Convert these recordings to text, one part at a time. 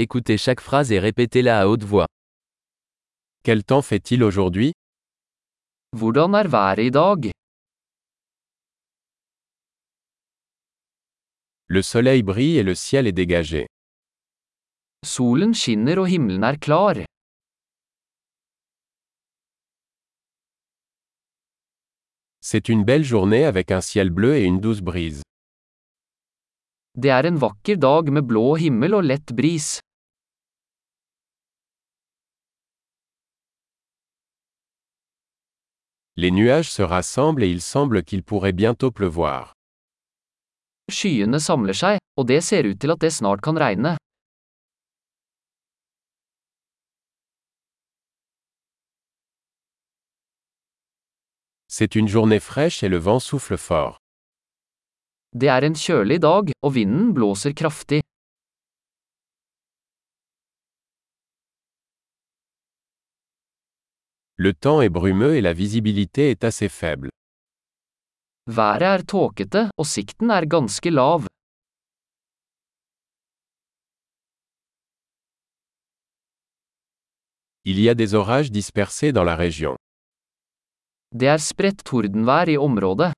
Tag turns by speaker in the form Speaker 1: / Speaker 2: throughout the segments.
Speaker 1: Écoutez chaque phrase et répétez-la à haute voix.
Speaker 2: Quel temps fait-il aujourd'hui
Speaker 1: Hvordan er været i dag?
Speaker 2: Le soleil brille et le ciel est dégagé.
Speaker 1: Solen skinner og himmelen er klar.
Speaker 2: C'est une belle journée avec un ciel bleu et une douce brise.
Speaker 1: Det er en vakker dag med blå himmel og lett bris.
Speaker 2: Les nuages se rassemblent et il semble qu'il pourrait bientôt pleuvoir.
Speaker 1: Skyene samler seg, og det ser ut til at det snart kan regne.
Speaker 2: C'est une journée fraîche et le vent souffle fort.
Speaker 1: Det er en kjølig dag, og vinden blåser kraftig.
Speaker 2: Le temps est brumeux et la visibilité est assez faible.
Speaker 1: Været er tåkete, og sikten er ganske lav.
Speaker 2: Il y a des orages dispersés dans la région.
Speaker 1: Det er spredt tordenvær i området.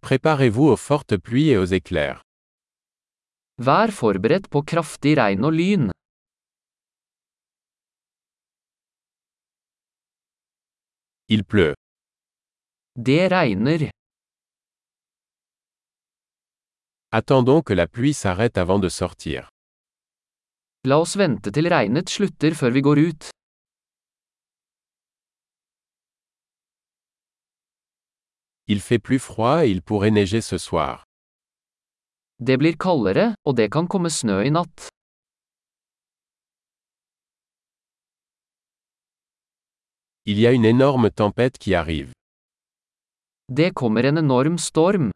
Speaker 2: Préparez-vous aux fortes pluies et aux éclairs.
Speaker 1: Vær forberedt på kraftig regn og lyn.
Speaker 2: Il pleut.
Speaker 1: Det regner.
Speaker 2: Attendons que la pluie s'arrête avant de sortir.
Speaker 1: La oss vente til regnet slutter før vi går ut.
Speaker 2: Il fait plus froid et il pourrait neiger ce soir.
Speaker 1: Det blir kaldere, og det kan komme snø i natt.
Speaker 2: Il y a une énorme tempête qui arrive.
Speaker 1: Det kommer en enorm storm.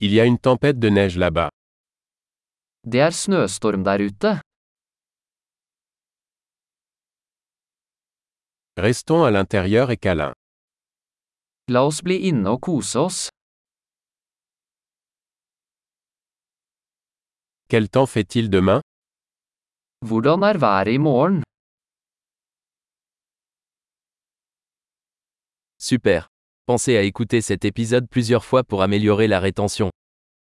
Speaker 2: Il y a une tempête de neige là-bas.
Speaker 1: Det er snøstorm der ute.
Speaker 2: Restons à l'intérieur et câlin.
Speaker 1: La oss bli inne og kose oss.
Speaker 2: Quel temps fait-il demain
Speaker 1: Hvordan er været i morgen?
Speaker 3: Super. Pensez à écouter cet épisode plusieurs fois pour améliorer la rétention.